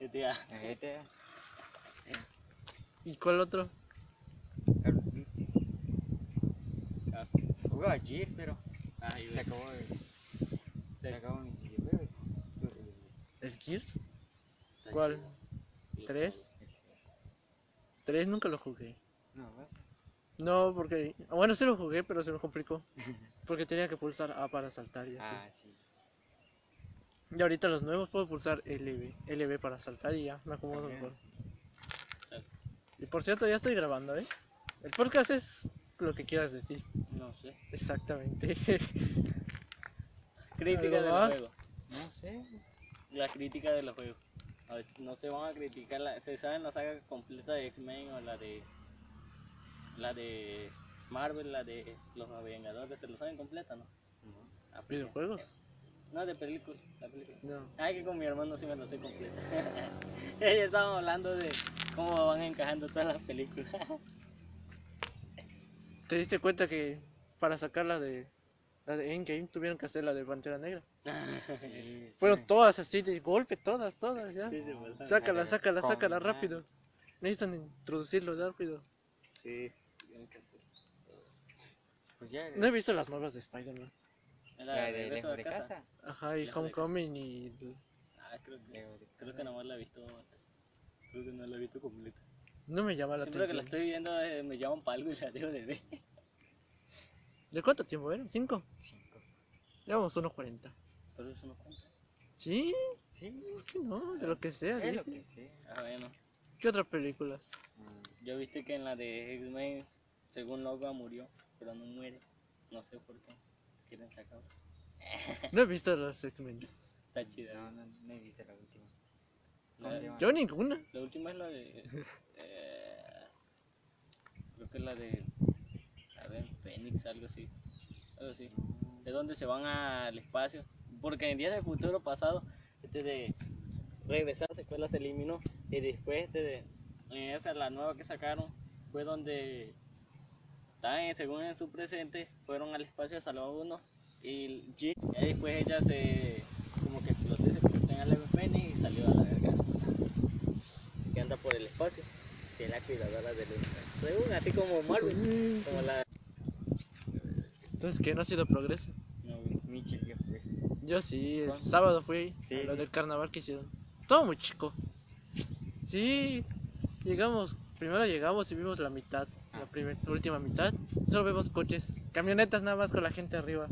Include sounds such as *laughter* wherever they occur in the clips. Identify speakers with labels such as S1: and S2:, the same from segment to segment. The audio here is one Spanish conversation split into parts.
S1: GTA.
S2: GTA.
S3: ¿Y cuál otro?
S2: Call of Duty. Jugaba ayer, pero
S1: Ay,
S2: se
S1: güey.
S2: acabó. el- Se acabó mi videojuego.
S3: ¿El Gears? ¿Cuál?
S1: Y
S3: ¿Tres? Tres nunca lo jugué.
S2: No, vas.
S3: No, porque. Bueno, se lo jugué, pero se lo complicó. Porque tenía que pulsar A para saltar y así.
S2: Ah, sí.
S3: Y ahorita los nuevos puedo pulsar LB. LB para saltar y ya, me acomodo
S2: También.
S3: mejor.
S1: Exacto.
S3: Y por cierto, ya estoy grabando, ¿eh? El podcast es lo que quieras decir.
S1: No sé.
S3: Exactamente. *laughs*
S1: Crítica del
S3: ¿Algo más?
S1: juego.
S2: No sé.
S1: La crítica de los juegos. A ver, no se van a criticar. La, ¿Se saben la saga completa de X-Men o la de. La de Marvel, la de los Vengadores? ¿Se lo saben completa, no?
S2: No.
S1: Ah, pues ya.
S3: ¿Videojuegos?
S1: No, de película. La película.
S3: No.
S1: Ay, que con mi hermano sí me lo sé completa. *laughs* Ella estaba hablando de cómo van encajando todas las películas. *laughs*
S3: Ah. ¿Te diste cuenta que para sacar la de, la de Endgame tuvieron que hacer la de Pantera Negra?
S2: Sí, sí.
S3: Fueron todas así de golpe, todas, todas, ya.
S1: Sí, se pasaron.
S3: Sácala,
S2: Madre,
S3: sácala,
S2: con
S3: sácala
S2: madre.
S3: rápido. Necesitan introducirlo rápido.
S1: Sí, tienen que hacer.
S2: Pues ya.
S3: No he visto las nuevas de Spider-Man.
S1: Era
S2: La de
S1: regreso
S2: lejos
S1: a
S2: de
S1: casa.
S2: casa.
S3: Ajá, y
S1: Lejos de
S3: Homecoming y...
S1: Ah, creo que,
S2: Lejos de
S1: creo que
S2: casa.
S1: nomás la he visto. Creo que no la he visto completa.
S3: No me llama la
S1: Siempre que la
S3: atención.
S1: estoy viendo eh, me llaman para algo y la dejo de ver.
S3: ¿De cuánto tiempo era? ¿Cinco?
S2: Cinco.
S3: Llevamos 1.40.
S1: Pero eso no cuenta.
S3: ¿Sí?
S2: Sí.
S3: ¿Por qué no? De lo que sea,
S2: Es
S3: ¿sí?
S2: lo que sea.
S1: Ah, bueno.
S3: ¿Qué otras películas?
S2: Mm.
S1: Yo viste que en la de X-Men, según Logan murió, pero no muere. No sé por qué. Quieren sacarlo.
S3: No he visto las X-Men.
S1: Está chida.
S2: No, no, no he visto la última.
S1: La-
S2: ¿Cómo se llama?
S3: Yo ninguna.
S1: La última es la de. eh, creo que es la de. A ver, Fénix, algo así. Algo así. De donde se van al espacio. Porque en días del futuro pasado, este de regresar a la escuela se eliminó. Y después, este de. En esa, la nueva que sacaron, fue donde. Estaban en- según en su presente, fueron al espacio a salvar a uno. Y Jean, y después ella se. Como que explotó y se convirtió en el Fénix y salió a la verga que anda por el espacio, que es la cuidadora del universo. Según así como Marvel, como la.
S3: Entonces, que no ha sido progreso.
S1: No, güey.
S2: Mitchell que fue.
S3: Yo sí, el
S1: ¿Cuándo?
S3: sábado fui
S2: Sí,
S3: a lo
S2: sí.
S3: del carnaval que hicieron. Todo muy chico. Sí, llegamos, primero llegamos y vimos la mitad, la,
S2: Ah.
S3: primer- la última mitad. Solo vemos coches, camionetas nada más con la
S2: *laughs*
S3: gente arriba.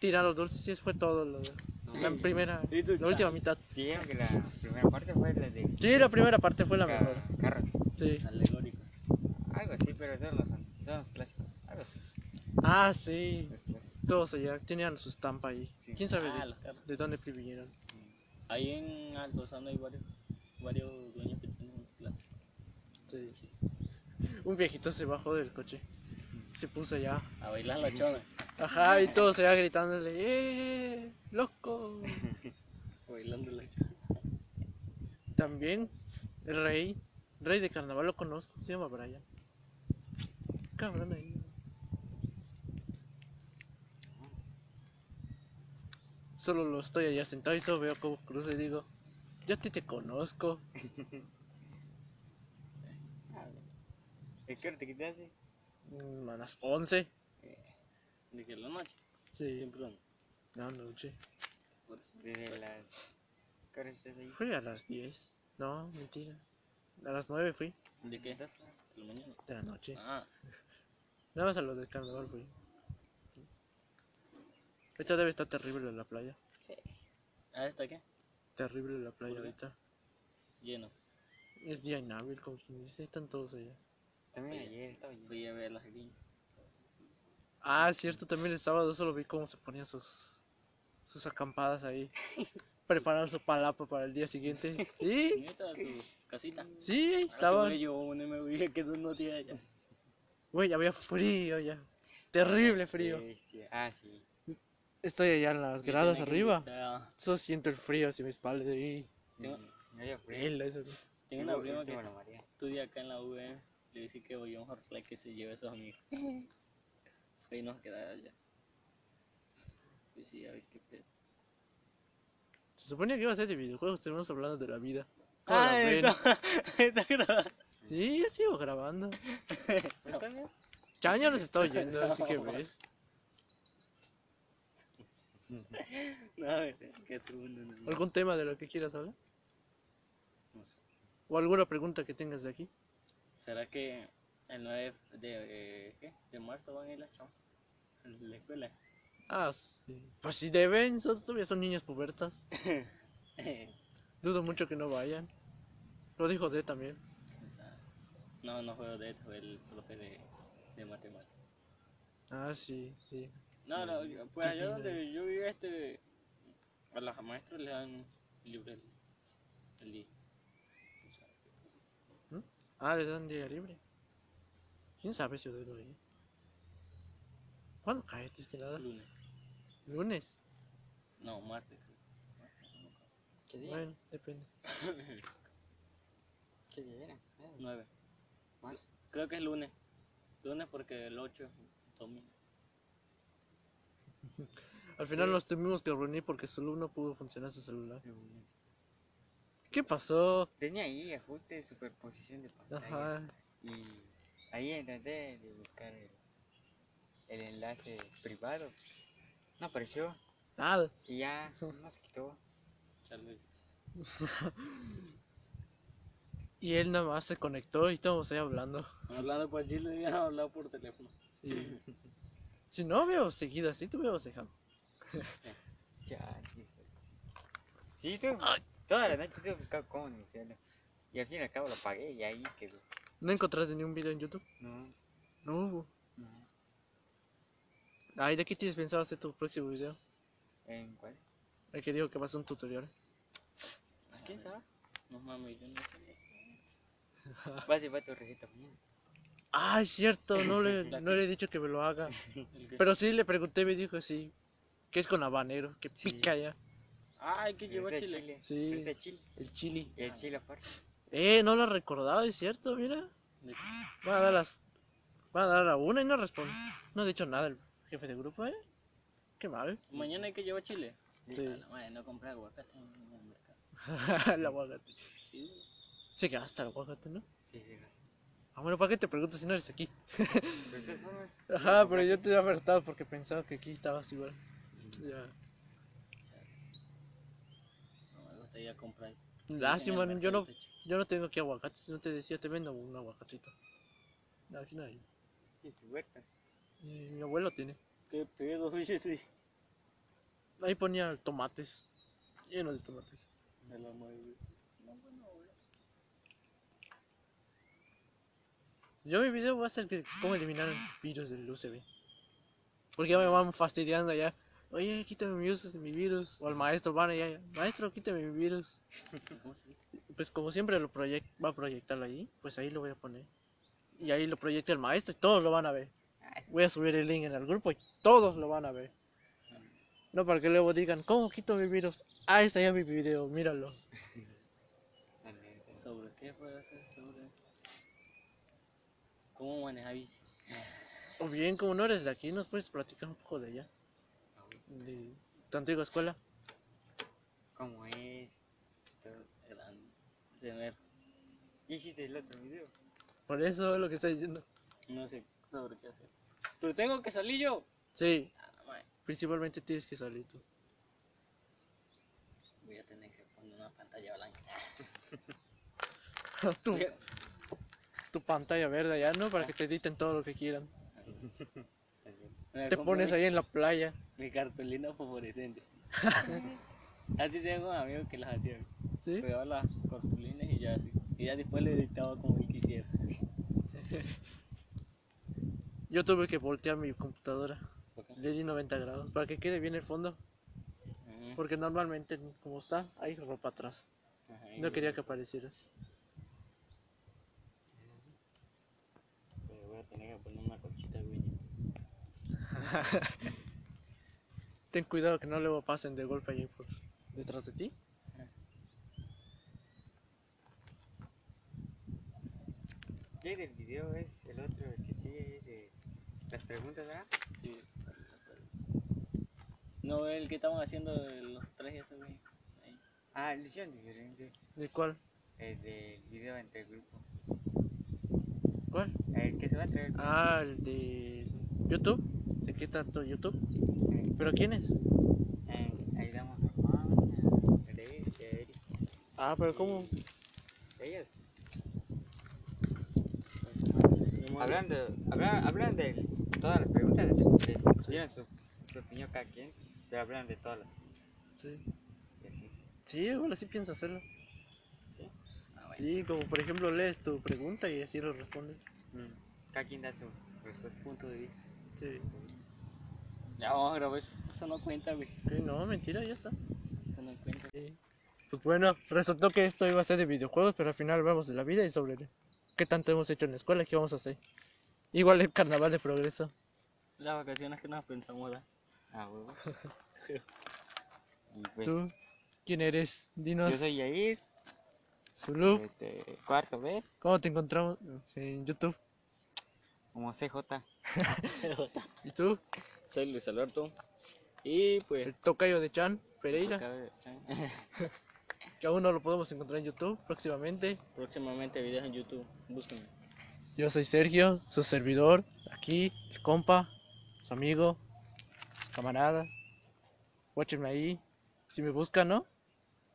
S3: Tirar los dulces, sí, eso fue todo. lo-
S2: No,
S3: la
S2: sí.
S3: primera,
S1: ¿Y tú,
S3: la última mitad.
S2: Dijeron que la primera parte fue la de.
S3: Sí, la primera parte fue la
S2: ca-
S3: mejor.
S2: Carros.
S3: Sí.
S1: Alegórico.
S2: Algo así, pero son los, an- son los clásicos. Algo así.
S3: Ah, sí,
S2: Los clásicos.
S3: todos allá tenían su estampa ahí.
S2: Sí.
S3: ¿Quién sabe
S1: Ah,
S3: de,
S1: los carros.
S3: de dónde vinieron?
S1: Ahí en Alto Sano hay varios, varios dueños que tienen un clásico.
S3: Sí. Un viejito se bajó del coche, se puso allá
S1: A bailar la chona.
S3: Ajá, y todo se va gritándole, ¡eh! ¡Loco!
S1: Bailando la chona.
S3: También el rey, rey de carnaval lo conozco, se llama Brian. Cabrón ahí. Solo lo estoy allá sentado y solo veo como cruce y digo, yo a ti te conozco.
S2: Ah, bueno. ¿De qué hora te quitaste?
S3: Mm, A las 11.
S1: De que en la noche,
S3: Sí.
S1: temprano.
S3: No, noche.
S1: Por eso.
S2: Desde las. ¿Qué hora estás ahí?
S3: Fui a las 10. No, mentira. A las 9 fui,
S1: ¿De qué?
S2: Dos horas.
S1: De la mañana.
S3: de la noche.
S1: Ah,
S3: Nada más a lo del carnaval fui. Ahorita debe estar terrible la playa.
S1: ¿ah, está qué?
S3: Terrible la playa
S1: ¿Por qué?
S3: ahorita.
S1: Lleno.
S3: Es día inhábil, como quien dice, están todos allá.
S2: También
S1: Oye.
S2: ayer, estaba ayer.
S1: Voy a ver las grillas.
S3: Ah, es cierto, también el sábado solo vi cómo se ponían sus, sus acampadas ahí. Preparar su palapa para el día siguiente. ¿Y?
S1: Neta, su casita.
S3: Sí, ahí
S1: Estaba.
S3: estaban.
S1: Yo uno y me voy *laughs* a que dos no tiene allá.
S3: Güey, había frío ya. Terrible frío.
S2: Bestia. Ah, sí.
S3: Estoy allá en las gradas
S1: Tiene que Ah,
S3: arriba.
S1: invitar-
S3: Solo siento el frío hacia mi espalda. Y...
S1: Tengo-
S2: Mm, No había frío.
S3: Hela, eso.
S1: Tengo una
S2: Hubo-
S1: prima que
S2: último la María.
S1: estudia acá en la UV, le dije que voy a un Horfly que se lleve a sus *laughs* amigos. y nos quedamos allá. Y sí, a ver qué pedo.
S3: Se suponía que iba a ser de videojuegos, estuvimos hablando de la vida. Hijo de la
S1: Ah,
S3: Bel.
S1: está, *laughs* está grabado.
S3: Sí, yo sigo grabando.
S2: ¿No está bien?
S3: Chaña nos está oyendo, así
S1: *laughs*
S3: que ves.
S1: No, que es un...
S3: ¿Algún tema de lo que quieras hablar?
S1: No sé.
S3: ¿O alguna pregunta que tengas de aquí?
S1: ¿Será que el 9 de, eh, ¿qué? de marzo van a ir las chavas? A la escuela. *laughs*
S3: Ah, sí. Pues si deben, son- todavía son niñas pubertas. Dudo mucho que no vayan. Lo dijo D también.
S1: Esa- No, no juego de esto, el profe de, de matemáticas.
S3: Ah, sí, sí.
S1: No, no, yo- pues allá
S3: Típico.
S1: donde yo vivo este, a los maestros le dan libre el, el día.
S3: Ah, le dan día libre. ¿Quién sabe si hoy lo doy? ¿Cuándo cae? Es que nada.
S1: lunes.
S3: ¿Lunes?
S1: No, martes. creo.
S2: ¿Qué día?
S3: Bueno, depende.
S2: ¿Qué día era? Ah,
S1: 9.
S2: marzo.
S1: Creo que es lunes. Lunes porque el 8 es domingo.
S3: Al final nos tuvimos que reunir porque solo uno pudo funcionar su celular. ¿Qué pasó?
S2: Tenía ahí ajuste de superposición de pantalla.
S3: Ajá.
S2: Y ahí intenté de buscar el, el enlace privado. No apareció.
S3: Nada.
S2: Y ya no se quitó.
S1: Charles.
S3: Y él nada más se conectó y estábamos ahí hablando.
S1: Hablando por Chile, *laughs* ya no hablado por teléfono.
S3: *laughs* Y- Si no veo seguido así, tú veo dejado.
S2: Ya, dice. Sí, tú. Toda la noche estuve buscando cómo denunciarlo. Y al fin y al cabo lo pagué y ahí quedó.
S3: ¿No encontraste ni un video en YouTube?
S2: No,
S3: No hubo.
S2: no.
S3: Ay, ¿de qué tienes pensado hacer tu próximo video?
S2: ¿En cuál?
S3: El que dijo que va a ser un tutorial.
S2: Pues quién sabe.
S1: No mames, yo no sé.
S2: Va a llevar tu receta pues, mañana.
S3: Ay, Ah, cierto, no *laughs* le, no le he dicho que me lo *laughs* haga.
S1: El que-
S3: Pero sí le pregunté, me dijo sí. Que es con habanero, que
S2: Sí.
S3: pica ya.
S1: Ah, hay que
S2: Pero
S1: llevar
S2: es de
S1: chile.
S2: chile.
S3: Sí.
S2: pero es de chile.
S3: El chili.
S2: Y el chile aparte.
S3: Eh, no lo recordaba, es cierto, mira.
S1: De-
S3: Va a dar las. Va a dar a una y no responde. No ha dicho nada el jefe de grupo, eh. Qué mal. *laughs*
S1: Mañana hay que llevar chile.
S3: Sí.
S1: A la madre, no compré aguacate en el mercado.
S3: el aguacate.
S1: Sí.
S3: Se gasta el aguacate, ¿no?
S2: Sí, gracias.
S3: Ah, bueno, ¿para qué te pregunto si no eres aquí?
S2: Pero entonces vamos.
S3: Ajá, pero yo te había alertado porque pensaba que aquí estabas igual. Ya.
S1: No me gusta ir a comprar.
S3: Lástima,
S1: En el
S3: yo no,
S1: mercado, chico.
S3: yo no tengo aquí aguacates. No te decía, te vendo un aguacatito. No, aquí no hay.
S2: Y tu huerta.
S3: Eh, mi abuelo tiene.
S1: Qué pedo, *laughs* oye, sí.
S3: Ahí ponía tomates. Lleno de tomates.
S1: Me lo mueve. No, bueno, ahora.
S3: Yo mi video va a ser que cómo eliminar virus del UCB. Porque ya me van fastidiando allá. Oye, quítame mi virus, mi virus. O al maestro van allá. Maestro, quítame mi virus.
S1: ¿Cómo se dice?
S3: Pues como siempre lo proyec- va a proyectarlo ahí, pues ahí lo voy a poner. Y ahí lo proyecta el maestro y todos lo van a ver.
S2: Ah, es-
S3: Voy a subir el link en el grupo y todos lo van a ver. No para que luego digan, ¿cómo quito mi virus? Ah, está ya mi video, míralo.
S2: la neta.
S1: ¿Sobre qué puedo hacer? Sobre. ¿Cómo manejar bici?
S3: O bien, como no eres de aquí, nos puedes platicar un poco de allá, de tu antigua escuela.
S2: ¿Cómo es? Todo.
S1: Grande. Se me.
S2: Hiciste el otro video.
S3: Por eso es lo que estoy diciendo.
S1: No sé sobre qué hacer. Pero tengo que salir yo.
S3: Sí,
S1: Ah, la madre.
S3: principalmente tienes que salir tú.
S1: Voy a tener que poner una pantalla
S3: *laughs*
S1: blanca.
S3: tu,
S1: Voy a-
S3: tu pantalla verde allá, ¿no? Para que te editen todo lo que quieran.
S1: me
S3: Te
S1: compré
S3: pones
S1: mi-
S3: ahí en la playa.
S1: Mi cartulina
S3: *laughs*
S1: fosforescente. así tengo unos amigos que las hacían.
S3: ¿Sí?
S1: Pegaba las cartulinas y ya así. Y ya después le editaba como él *laughs* quisiera.
S3: Yo tuve que voltear mi computadora.
S1: ¿Por qué?
S3: Le di 90 grados para que quede bien el fondo.
S1: Ujú.
S3: Porque normalmente, como está, hay ropa atrás.
S1: Ajá, y-
S3: No quería que apareciera.
S1: Pero voy a tener que poner una colchita de güey.
S3: Ten cuidado que no luego pasen de golpe allí por detrás de ti.
S2: ¿Qué del video es el otro? El que sigue es de las preguntas, ¿verdad?
S1: Sí. No, el que estaban haciendo de los tres esos güey. Ahí.
S2: Ah, lo hicieron diferente.
S3: ¿De cuál?
S2: El del video entre el grupo.
S3: ¿Cuál?
S2: El que se va a entregar.
S3: Ah, el de YouTube. ¿De qué tanto YouTube?
S2: Eh,
S3: ¿Pero quién es?
S2: eh, ahí damos a Juan, a Andrés, a Eric.
S3: Ah, pero ¿cómo?
S2: Ellos.
S1: Bueno,
S2: Hablando, hablan, hablan de todas las preguntas, les subieron su, su opinión cada quien, pero hablan de todas las.
S3: Sí.
S2: y así.
S3: Sí, igual así piensa hacerlo.
S1: ah, bueno.
S3: Sí, como por ejemplo lees tu pregunta y así lo respondes.
S2: Mm, Cada quien da su
S3: *laughs*
S2: respuesta.
S1: Punto de vista.
S3: Sí.
S1: Ya vamos a grabar eso. Eso no cuenta, güey.
S3: Sí, no, mentira, ya está.
S1: Eso no cuenta.
S3: Sí. Pues bueno, resultó que esto iba a ser de videojuegos, pero al final hablamos de la vida y sobre qué tanto hemos hecho en la escuela, qué vamos a hacer. Igual el carnaval de progreso.
S1: Las vacaciones que nos pensamos dar.
S2: Ah, huevo. y pues,
S3: ¿Tú quién eres? Dinos.
S2: yo soy Yair,
S3: Zulu,
S2: este, cuarto B,
S3: ¿cómo te encontramos en YouTube?
S2: como CJ.
S3: ¿Y tú?
S1: Soy Luis Alberto. Y pues.
S3: El tocayo de Chan Pereira,
S2: Acabo de- ¿saben?
S3: que aún no lo podemos encontrar en YouTube próximamente.
S1: *laughs* Próximamente videos en YouTube. Búsquenme.
S3: Yo soy Sergio, su servidor, aquí, el compa, su amigo, camarada. Watchenme ahí, si me buscan, ¿no?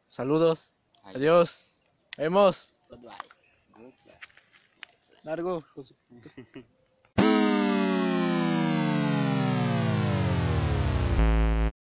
S3: Saludos,
S2: Ahí.
S3: adiós, vemos,
S1: Bye bye.
S3: largo.